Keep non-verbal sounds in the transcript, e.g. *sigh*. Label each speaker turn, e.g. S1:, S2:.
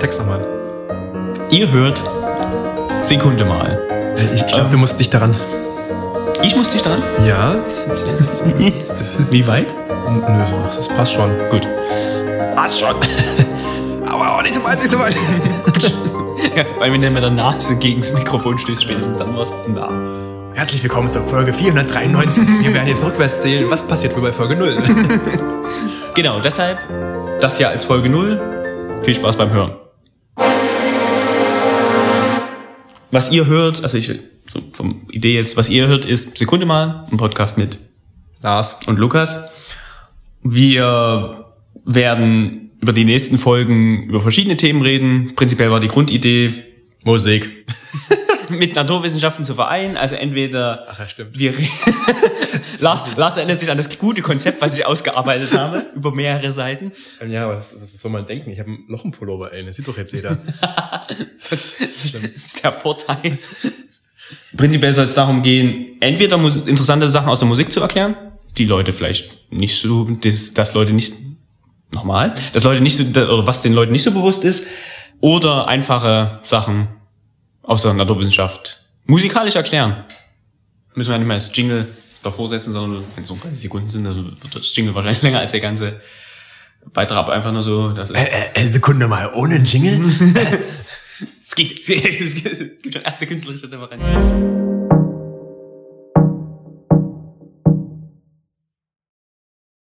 S1: Text nochmal.
S2: Ihr hört Sekunde mal.
S1: Äh, Ich glaube, du musst dich daran.
S2: Ich muss
S1: *laughs*
S2: dich dran.
S1: Ähm. Ja?
S2: Wie weit?
S1: Nö, ach, das passt schon.
S2: Gut.
S1: Passt schon. Aber auch nicht so weit, nicht so *laughs* weit.
S2: *laughs* Weil wenn du mit der Nase gegen das Mikrofon stößt, spätestens dann warst du da.
S1: Herzlich willkommen zur Folge 493. Wir werden jetzt rückwärts zählen, was passiert wohl bei Folge 0.
S2: Genau, deshalb das hier als Folge 0. Viel Spaß beim Hören. Was ihr hört, also ich so vom Idee jetzt, was ihr hört, ist Sekunde mal, ein Podcast mit
S1: *laughs* Lars.
S2: und Lukas. Wir werden über die nächsten Folgen über verschiedene Themen reden. Prinzipiell war die Grundidee,
S1: Musik.
S2: mit Naturwissenschaften zu vereinen. Also entweder
S1: Ach, ja, stimmt.
S2: wir *laughs* Lars, Lars erinnert sich an das gute Konzept, was ich ausgearbeitet habe, über mehrere Seiten.
S1: Ja, was, was soll man denken? Ich habe noch einen Pullover, ey. Das sieht doch jetzt jeder. das stimmt.
S2: Das ist der Vorteil. *laughs* Prinzipiell soll es darum gehen, entweder mus- interessante Sachen aus der Musik zu erklären, die Leute vielleicht nicht so, dass, dass Leute nicht, nochmal, dass Leute nicht so, da- oder was den Leuten nicht so bewusst ist, oder einfache Sachen aus der Naturwissenschaft musikalisch erklären. Müssen wir ja nicht mehr das Jingle davor setzen, sondern wenn es so 30 Sekunden sind, dann wird das Jingle wahrscheinlich länger als der ganze Beitrag, aber einfach nur so, das ist,
S1: *laughs* Äh, äh, Sekunde mal, ohne Jingle?
S2: *laughs* es gibt, es gibt schon erste künstlerische Differenzen.